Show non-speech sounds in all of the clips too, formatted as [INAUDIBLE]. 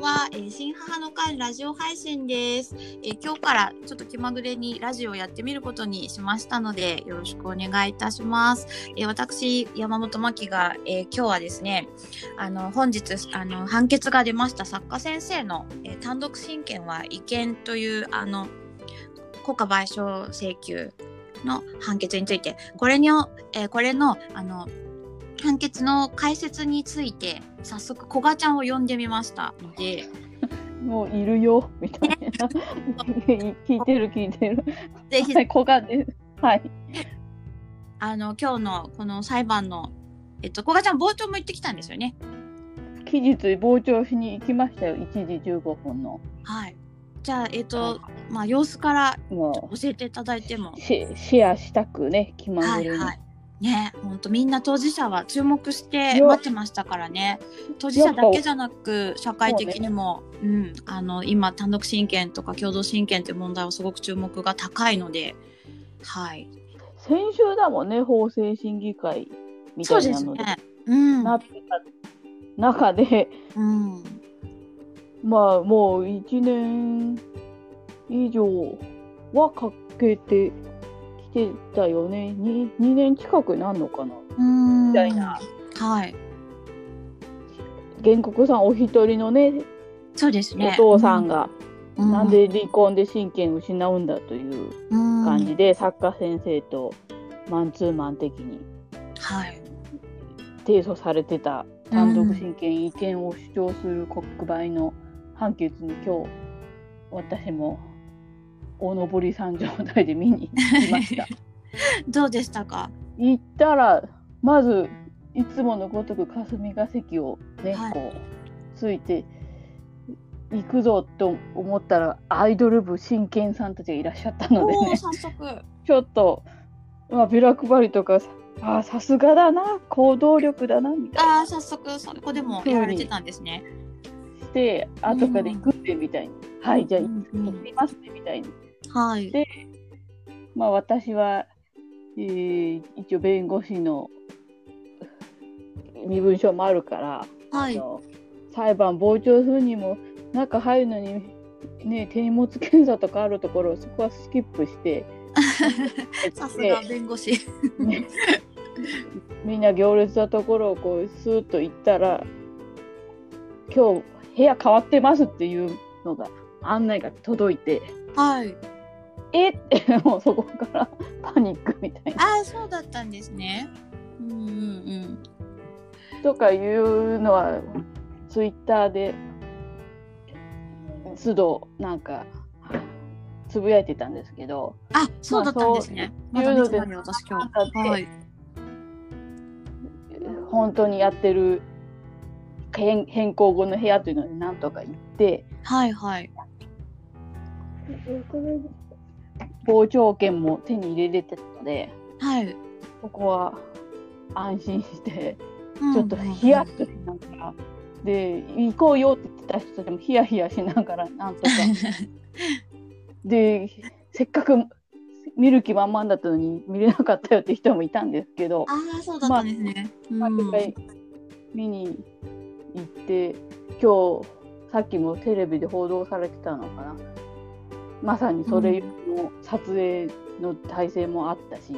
は、えー新母の会ラジオ配信です、えー今日からちょっと気まぐれにラジオをやってみることにしましたので、よろしくお願いいたします。えー私、山本真希が、えー今日はですね、あの本日あの判決が出ました作家先生の、えー単独親権は違憲というあの国家賠償請求の判決について、これによ、えーこれのあの判決の解説について早速古賀ちゃんを呼んでみましたのでもういるよみたいな聞いてる聞いて [LAUGHS] るぜひはい子がねはいあの今日のこの裁判の、えっと、古賀ちゃん傍聴も行ってきたんですよね。期日傍聴しに行きましたよ1時15分のはい、じゃあ、えっとまあ、様子からも教えていただいてもう。シェシェアしたくね気まはぐいれに、はいね、本当みんな当事者は注目してよ待ってましたからね当事者だけじゃなく社会的にもう、ん、あの今単独親権とか共同親権という問題はすごく注目が高いので、はい、先週だもんね法制審議会みたいなのでうんなってた中でうんまあもう1年以上はかけてきてたよね 2, 2年近くなんのかなうんみたいな。はい。原告さんお一人のねそうですおね。父さんが、う、うなんで離婚で親権失うんだという感じで、作家先生とマンツーマン的にうんはい。提訴されてた単独親権違憲を主張する国賠の判決に今日私もお登り山状態で見に行きま [LAUGHS] したどうでしたか。行ったらまずいつものごとく霞が関をね、はいこうついて行くぞと思ったらアイドル部真剣さんたちがいらっしゃったのでおお、ね早速。ちょっと、まあ、ビラ配りとかさあーさすがだな行動力だなみたいああ、な早速、そこでもやられてたんですね。して後から行くぜみたいに、はいじゃあう行んうんってみますねみたいに、はい。でまあ私は、えー一応弁護士の身分証もあるから、はあい。の裁判傍聴するにも中入るのに、ね、手荷物検査とかあるところそこはスキップして。 [LAUGHS] さすが弁護士。ねみんな行列したところをこうスーッと行ったら「今日部屋変わってます」っていうのが案内が届いてはい。 「えっ!」てもうそこからパニックみたいなああ、そうだったんですね。うんうんうん。とかいうのはツイッターで都度なんかつぶやいてたんですけどあ、そうだったんですね。ままあだ見そうてないよ私今日。だってはい。本当にやってる変変更後の部屋というのになんとか行って。はいはい。傍聴券も手に入れれてたのではい。ここは安心してうんちょっとヒヤッとしながら、で行こうよって言ってた人たちもヒヤヒヤしながらなんとかでせっかく見る気満々だったのに見れなかったよって人もいたんですけど [LAUGHS] ああ、そうだったんですね。うん毎回見に行って今日さっきもテレビで報道されてたのかなまさにそれの撮影の体制もあったし。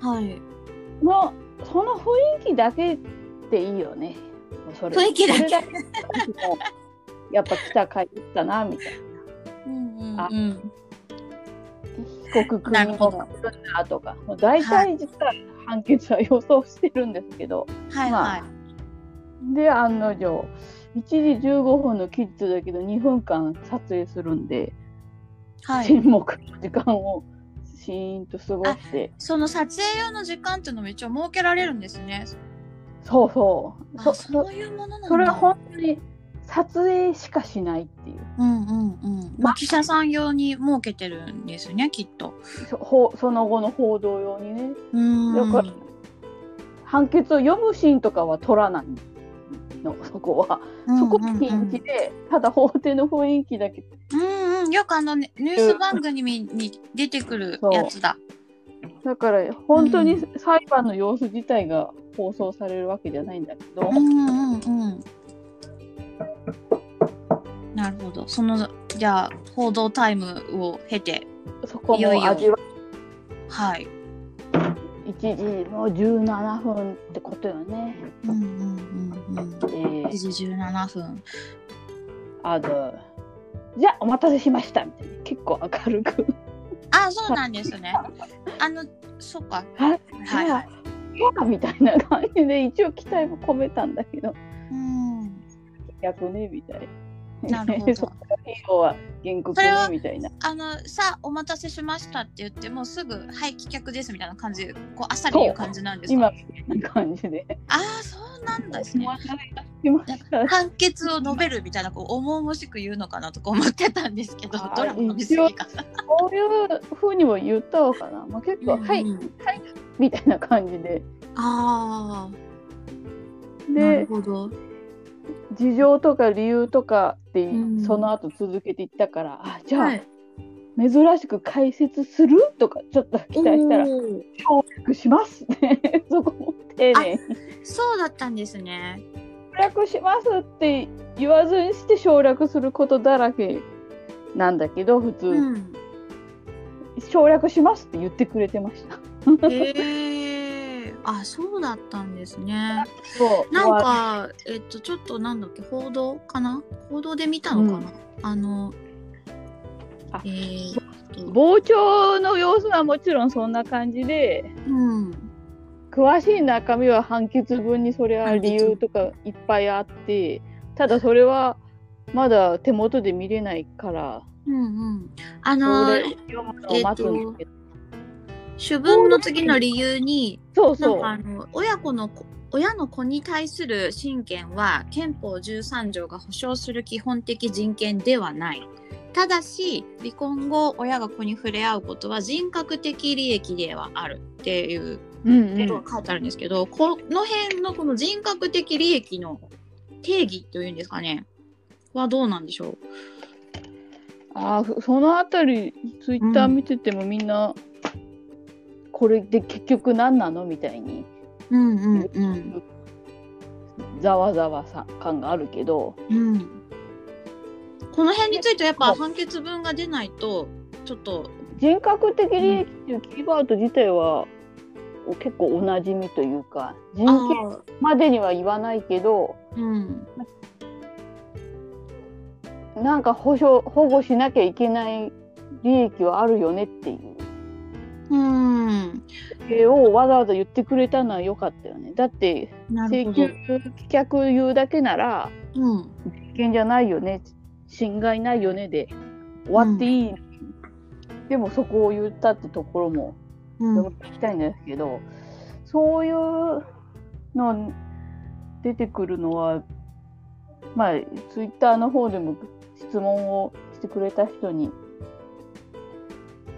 はい。のその雰囲気だけでいいよね。もうそれ雰囲気だけそれだけでもやっぱ来た帰ったなみたいうんうんあうん。な。被告な国るもほ来どるなとか、もう大体実は判決は予想してるんですけど、はいまはいあ。で案の定1時15分のキッズだけど2分間撮影するんで、はい。沈黙の時間をシーンと過ごして、その撮影用の時間っていうのも一応設けられるんですね。そうそう、あそそうそいうものなんだ。それは本当に撮影しかしないっていう。うんうんうん。まあ、記者さん用に設けてるんですね、きっと。そほその後の報道用にねうーだかん。判決を読むシーンとかは撮らないのそこはそこうんうん禁うん止で、ただ法廷の雰囲気だけうんうん。よくあのねニュース番組に出てくるやつだ。だから本当にう裁判の様子自体が放送されるわけじゃないんだけど、うんうんうん。なるほど。その、じゃあ、報道タイムを経て、そこいよいもよ味わはい。 1時の17分ってことよね。うんうんうんうん。えー1時17分。あのじゃあお待たせしましたみたいな結構明るくあ、そうなんですね。あの、そっか。はいはいはい。わみたいな感じで一応期待も込めたんだけどうん。逆ねみたいなるほど [LAUGHS] そこら辺は原告ねみたいなあの、さあ、お待たせしましたって言って、もうすぐ、はい、棄却ですみたいな感じで、こう、あっさり言う感じなんですか今みたいな感じでああ、そうなん [LAUGHS] ですね [LAUGHS] お。待たせしました判決を述べるみたいな、こう、重々しく言うのかなとか思ってたんですけどあ、ードラマの見過ぎかな。こういうふうにも言ったのかな、まあ、結構、うんうんはいはいみたいな感じでああ、なるでほど。事情とか理由とかって、うんその後続けていったからあじゃあ、はい。珍しく解説するとかちょっと期待したらおー協力しますって [LAUGHS] そこも丁寧にそうだったんですね。省略しますって言わずにして省略することだらけなんだけど普 [LAUGHS] 通、うん。省略しますって言ってくれてましたへえ。あ、そうだったんですね。そうなんわか、えっと、ちょっとなんだっけ、報道かな報道で見たのかな、あの、あえーっと、傍聴の様子はもちろんそんな感じでうん。詳しい中身は判決文にそれは理由とかいっぱいあってただそれはまだ手元で見れないからうんうん。あそのれ、を読むのを待つんだけど、主文の次の理由に、そうなそんうかあの、親子の子、親の子に対する親権は憲法13条が保障する基本的人権ではない。ただし離婚後親が子に触れ合うことは人格的利益ではあるっていううんうんことが書いてあるんですけど、この辺のこの人格的利益の定義というんですかねはどうなんでしょうああふそのあたりツイッター見ててもみんな、これで結局何なのみたいにうんうんうんざわざわさ感があるけどうんこの辺についてはやっぱ判決文が出ないとちょっと人格的利益っていうキーワード自体は、お結構おなじみというか人権あまでには言わないけどーうんなんか保障保護しなきゃいけない利益はあるよねっていう。うんそれをわざわざ言ってくれたのは良かったよね。だってなる請ほ求ど棄却言うだけならうん危険じゃないよね侵害ないよねで終わっていい、でもそこを言ったってところもうん読みたいんですけど、そういうの出てくるのはまあツイッターの方でも質問をしてくれた人に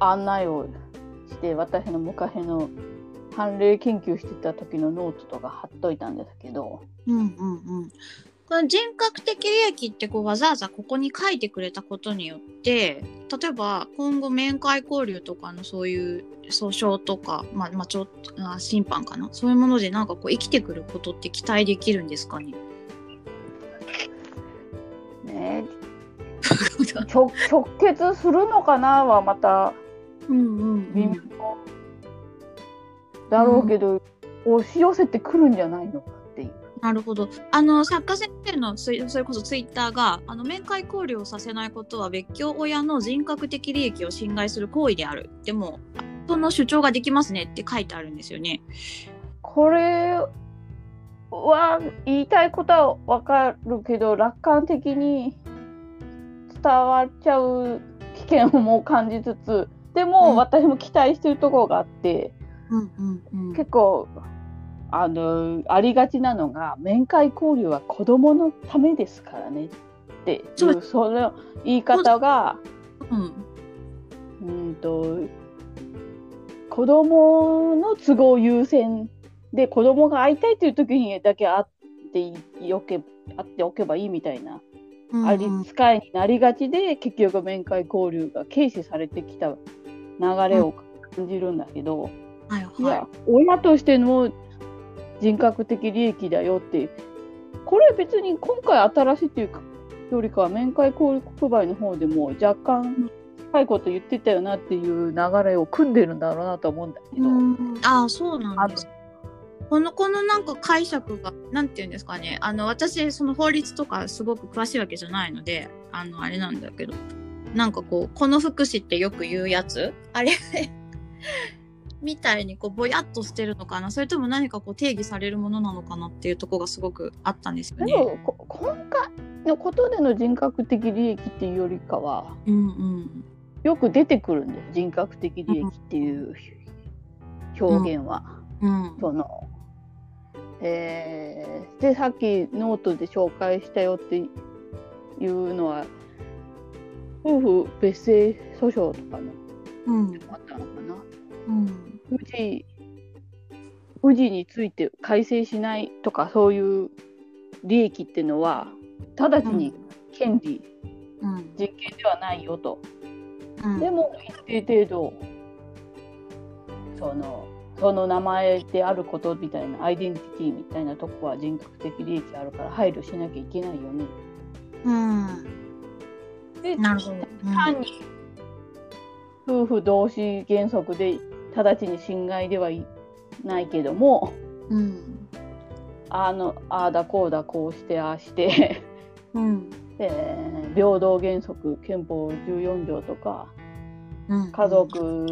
案内をして私の昔の判例研究してた時のノートとか貼っといたんですけど。うんうんうんこの人格的利益ってこうわざわざここに書いてくれたことによって例えば今後面会交流とかのそういう訴訟とか、まあまあ、ちょあ審判かなそういうものでなんかこう生きてくることって期待できるんですかねね、直直結するのかなはまたうんうんう微妙ん、だろうけど、押し寄せてくるんじゃないのかっていう。なるほどあの作家先生のツイそれこそツイッターがあの面会交流をさせないことは別居親の人格的利益を侵害する行為であるでもその主張ができますねって書いてあるんですよね。これは言いたいことはわかるけど楽観的に伝わっちゃう危険をも感じつつでうんも私も期待してるところがあって、うんうんうん結構あのありがちなのが面会交流は子供のためですからねっていうそうその言い方が。うんうんと子供の都合優先で子供が会いたいという時にだけ会っておけ会っておけばいいみたいな、うんあり使いになりがちで結局面会交流が軽視されてきた流れを感じるんだけど、はいいはや親としての人格的利益だよってこれ別に今回新しいというかよりかは面会交流売の方でも若干深いこと言ってたよなっていう流れを組んでるんだろうなとは思うんだけど、うんああそうなあんですこの子のなんか解釈がなんて言うんですかねあの私その法律とかすごく詳しいわけじゃないのであのあれなんだけどなんかこうこの福祉ってよく言うやつあれ [LAUGHS] みたいにこうぼやっとしてるのかなそれとも何かこう定義されるものなのかなっていうところがすごくあったんですよでね。もこ今回のことでの人格的利益っていうよりかはうんうんよく出てくるんです人格的利益っていう表現は。うんそのえーでさっきノートで紹介したよっていうのは夫婦別姓訴訟とかのうんあったのかなうん氏氏について改正しないとかそういう利益っていうのは直ちに権利、うん実権ではないよと、うんでも一定程度そのその名前であることみたいなアイデンティティみたいなとこは人格的利益あるから配慮しなきゃいけないよね。うんでなるほど。うん単に夫婦同士原則で直ちに侵害ではいないけどもうんあのああだこうだこうしてああして、 [LAUGHS] うんえー平等原則憲法14条とかうん家族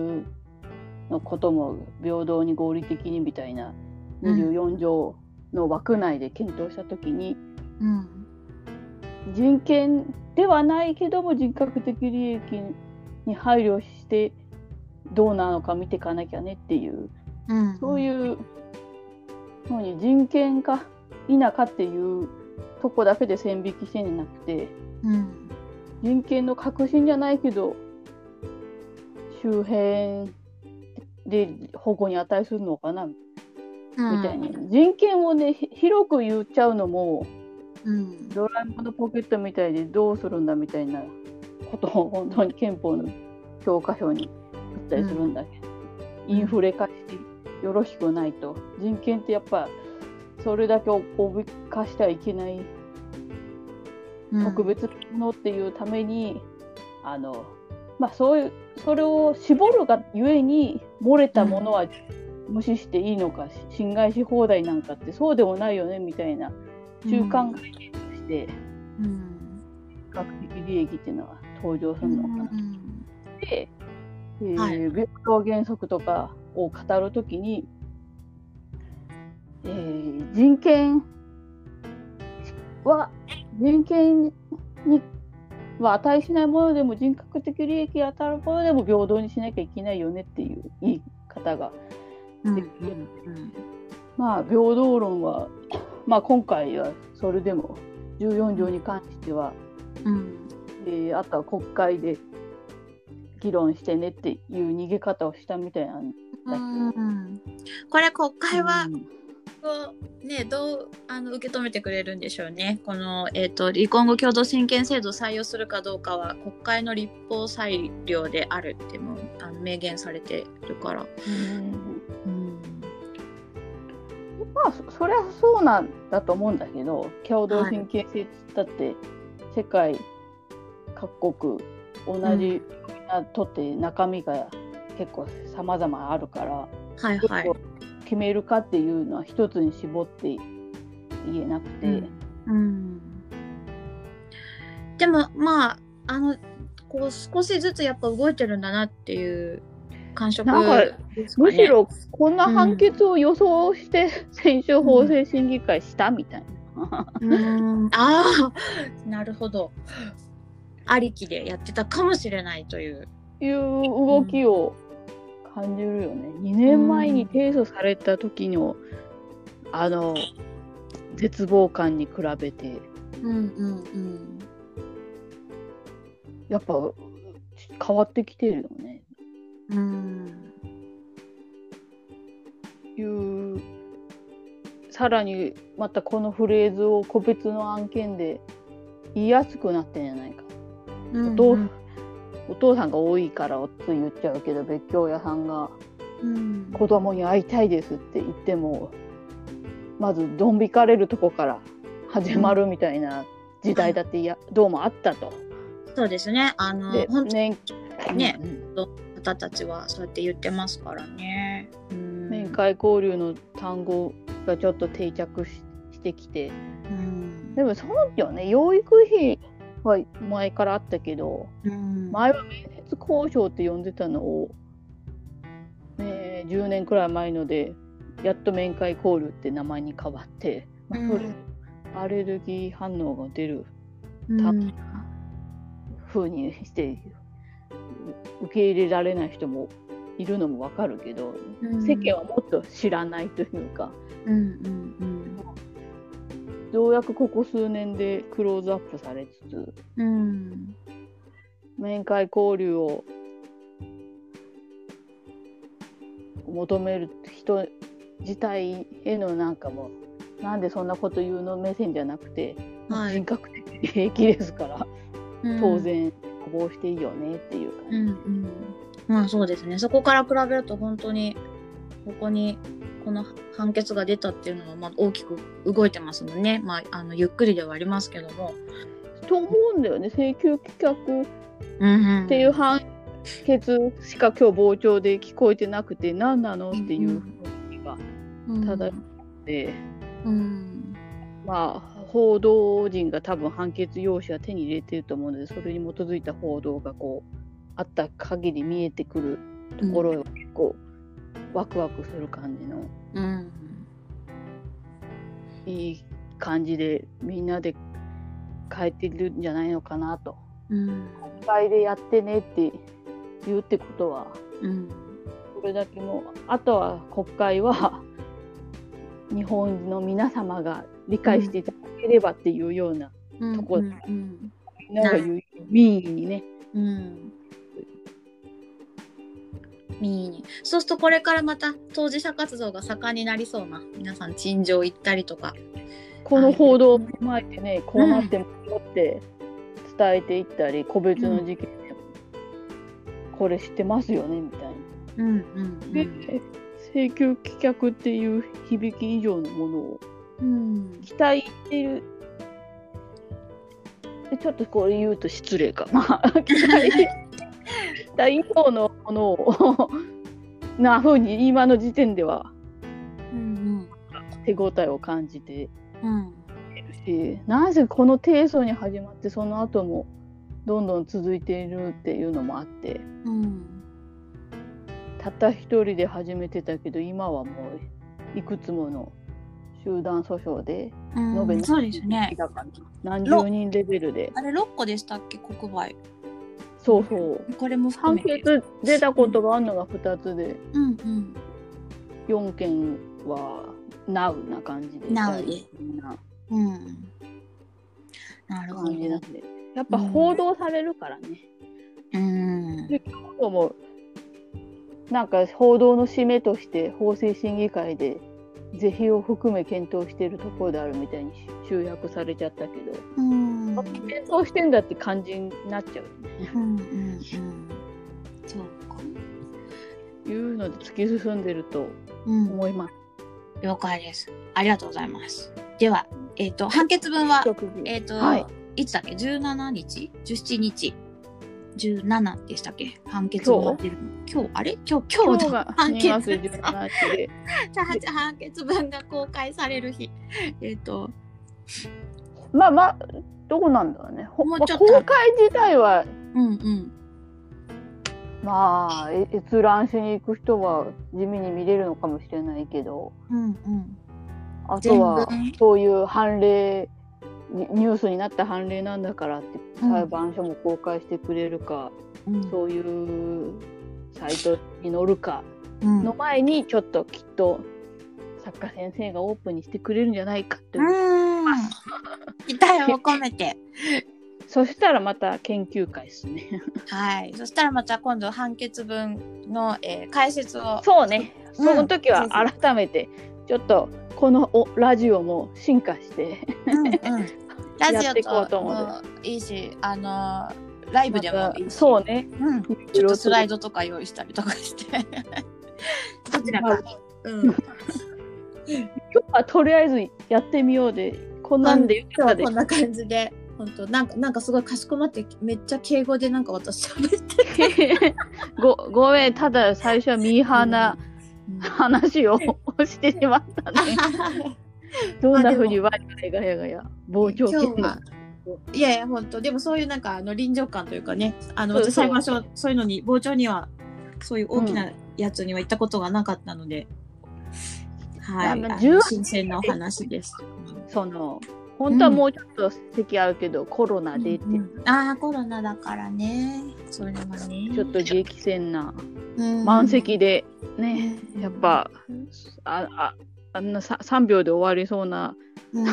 のことも平等に合理的にみたいなうん24条の枠内で検討した時に、うん人権ではないけども人格的利益に配慮してどうなのか見ていかなきゃねっていううんそういうふうに人権か否かっていうとこだけで線引きしてんじゃなくてうん人権の核心じゃないけど周辺で保護に値するのかなみみたいに、人権をねひ広く言っちゃうのもうんドラえもんのポケットみたいでどうするんだみたいなことを本当に憲法の教科書にあったりするんだけど、うんインフレ化してよろしくないと人権ってやっぱそれだけおおびかしてはいけないうん特別なものっていうために、あのまあそういうそれを絞るがゆえに漏れたものは無視していいのか、し侵害し放題なんかってそうでもないよねみたいな中間概念として。うん比較的利益っていうのが登場すうるのかなっんて、えーはい平等原則とかを語るときに、えー人権は人権には値しないものでも人格的利益に当たるものでも平等にしなきゃいけないよねっていう言い方がうんでまあ平等論は、まあ、今回はそれでも14条に関してはうんえーあとは国会で議論してねっていう逃げ方をしたみたいなんうんこれ国会はうんこうねどうあの受け止めてくれるんでしょうねこのえっと離婚後共同親権制度を採用するかどうかは国会の立法裁量であるってもうあの明言されてるからうんまあそそりゃそうなんだと思うんだけど共同親権制っつったって世界各国同じ、みんなとって中身が結構様々あるから、はいどこはい決めるかっていうのは一つに絞って言えなくて。うんでもまああのこう少しずつやっぱ動いてるんだなっていう感触なんかですかねむしろこんな判決を予想して先週法制審議会したみたいな、うんああ [LAUGHS] なるほどありきでやってたかもしれないという。いう動きを感じるよね。2年前に提訴された時のあの絶望感に比べてうんうんうんやっぱ変わってきてるよね。うんいうさらにまたこのフレーズを個別の案件で言いやすくなってんじゃないかうんお父お父さんが多いからおっつい言っちゃうけど別居親さんがうん子供に会いたいですって言ってもまずドン引かれるとこから始まるみたいな時代だっていやどうもあったと。そうですね。あので本当年ねうんうんの方たちはそうやって言ってますからね。うん面会交流の単語がちょっと定着ししてきてうんでもその時はね養育費は前からあったけどうん前は面接交渉って呼んでたのを、ねえ、10年くらい前のでやっと面会交流って名前に変わって、まあそれうんアレルギー反応が出るうん風にしてう受け入れられない人もいるのもわかるけど、うん世間はもっと知らないというかうんうんようやくここ数年でクローズアップされつつうんうん面会交流を求める人自体へのなんかもなんでそんなこと言うの目線じゃなくて、はい人格的に平気ですからうん当然希望していいよねっていう感じ。うんうんまあそうですねそこから比べると本当にここにこの判決が出たっていうのはまあ大きく動いてますもんね、まあ、あのゆっくりではありますけども。と思うんだよね請求棄却うんっていう判決しか今日傍聴で聞こえてなくて何なのっていう雰囲気があうんただって、うんまあ報道陣が多分判決用紙は手に入れてると思うのでそれに基づいた報道がこうあった限り見えてくるところは結構ワクワクする感じのうんいい感じでみんなで変えてるんじゃないのかなと。うん国会でやってねって言うってことはうんそれだけもうあとは国会は [LAUGHS] 日本の皆様が理解していただければっていうような、うんとこうんみんなが言う民意にねうん民意にそうするとこれからまた当事者活動が盛んになりそうな皆さん陳情行ったりとかこの報道を踏まえてね、こうなってもこうなって伝えていったり個別の事件でも、これ知ってますよねみたいな。うんうんで請求棄却っていう響き以上のものをうん期待しているでちょっとこれ言うと失礼かまあ期待期待以上のものを [LAUGHS] なふうに今の時点ではうん手応えを感じてうんいるしなぜこの提訴に始まってその後もどんどん続いているっていうのもあってうんたった一人で始めてたけど今はもういくつもの集団訴訟で延べうんそうですねだから何十人レベルであれ6個でしたっけ国売そうそうこれも含判めて決出たことがあるのが2つでうんうん4件は NOW な感じで Now でなうんなるほ感じなんどでやっぱ報道されるからね、うん今日もなんか報道の締めとして法制審議会で是非を含め検討しているところであるみたいに集約されちゃったけど、うん検討してんだって感じになっちゃうよね。うんうんうんそうかいうので突き進んでるとうん思います。了解です。ありがとうございます。では、えっ、と、判決文は、えっ、と、はい、い、つだっけ ?17 日 ?17 日 ?17 でしたっけ判決文が出るの今日、あれ今日、今今日日だが判2月決17日でじゃあ [LAUGHS] 判決文が公開される日。えっ、と、まあまあ、どうなんだろうね。ほもまうあちょっと公開自体は、うんうん。まあ、え閲覧しに行く人は地味に見れるのかもしれないけど、うんうん。あとは全文、そういう判例、ニニュースになった判例なんだからって、うん裁判所も公開してくれるか、うんそういうサイトに載るかうんの前に、ちょっときっと、作家先生がオープンにしてくれるんじゃないかという。うん。期待を込めて。そしたらまた研究会ですね。はい。そしたらまた今度判決文の、えー解説を。そうね。うんその時そはう改めて、ちょっとこのおラジオも進化して、うんうん、ラジオやっていこうとと思うもういいし、あのライブでもいいし、そうね。うん、ちょっとスライドとか用意したりとかして、どちらまかあ、うん、今日はとりあえずやってみようで、こんなんでよかったでこんな感じで本当なんかなんかすごいかしこまってめっちゃ敬語でなんか私喋ってる [LAUGHS] ごごめんただ最初はミーハーなうん話をしてしまったねどんなふうにワイワイガヤガヤ傍聴今券日のはいやいや本当でもそういうなんかあの臨場感というかねあのそう私裁判所そういうのに傍聴にはそういう大きなやつには行ったことがなかったので、はいあのあの18新鮮なお話です。その本当はもうちょっと席あるけど、コロナでって、うんああコロナだからねそういうのがねちょっと激戦なうん満席でね、うんやっぱあああんなさ3秒で終わりそうなうん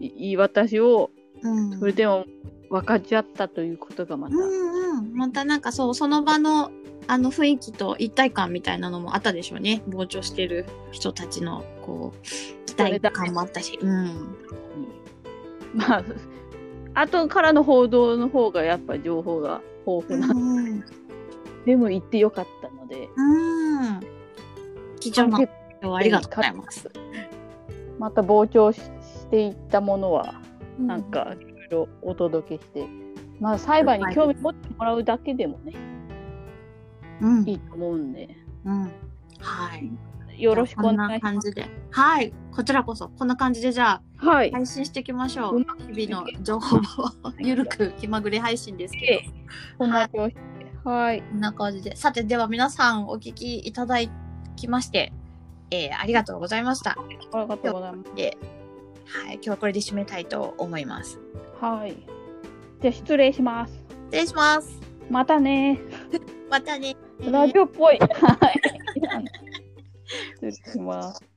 い言い渡しをうん [LAUGHS] それでも分かち合ったということがまた、うんうん、またなんかそうその場のあの雰囲気と一体感みたいなのもあったでしょうね傍聴してる人たちのこう期待感もあったし、うん、 [LAUGHS] まあ後からの報道の方がやっぱ情報が豊う富な、ん、でも行ってよかったのでうん、貴重な関情報ありがとうございます。係また傍聴ししていったものはなんうかいろいろお届けして、まあ裁判に興味持ってもらうだけでもねん、うんいいと思うんでうん、はい、よろしくおこん願いなしま感じで、はい、こちらこそこんな感じでじゃす。はあい配信していきましょう。うん日々の情報を [LAUGHS] ゆるく気まぐれ配信ですけど。こんな調子で。はい。こんな感じで。さて、では皆さんお聞きいただきまして、えーありがとうございました。ありがとうございます。で、はい、今日はこれで締めたいと思います。はい。じゃあ失礼します。失礼します。ま [LAUGHS] たね。またね。ラジオっぽい。はい。失礼します。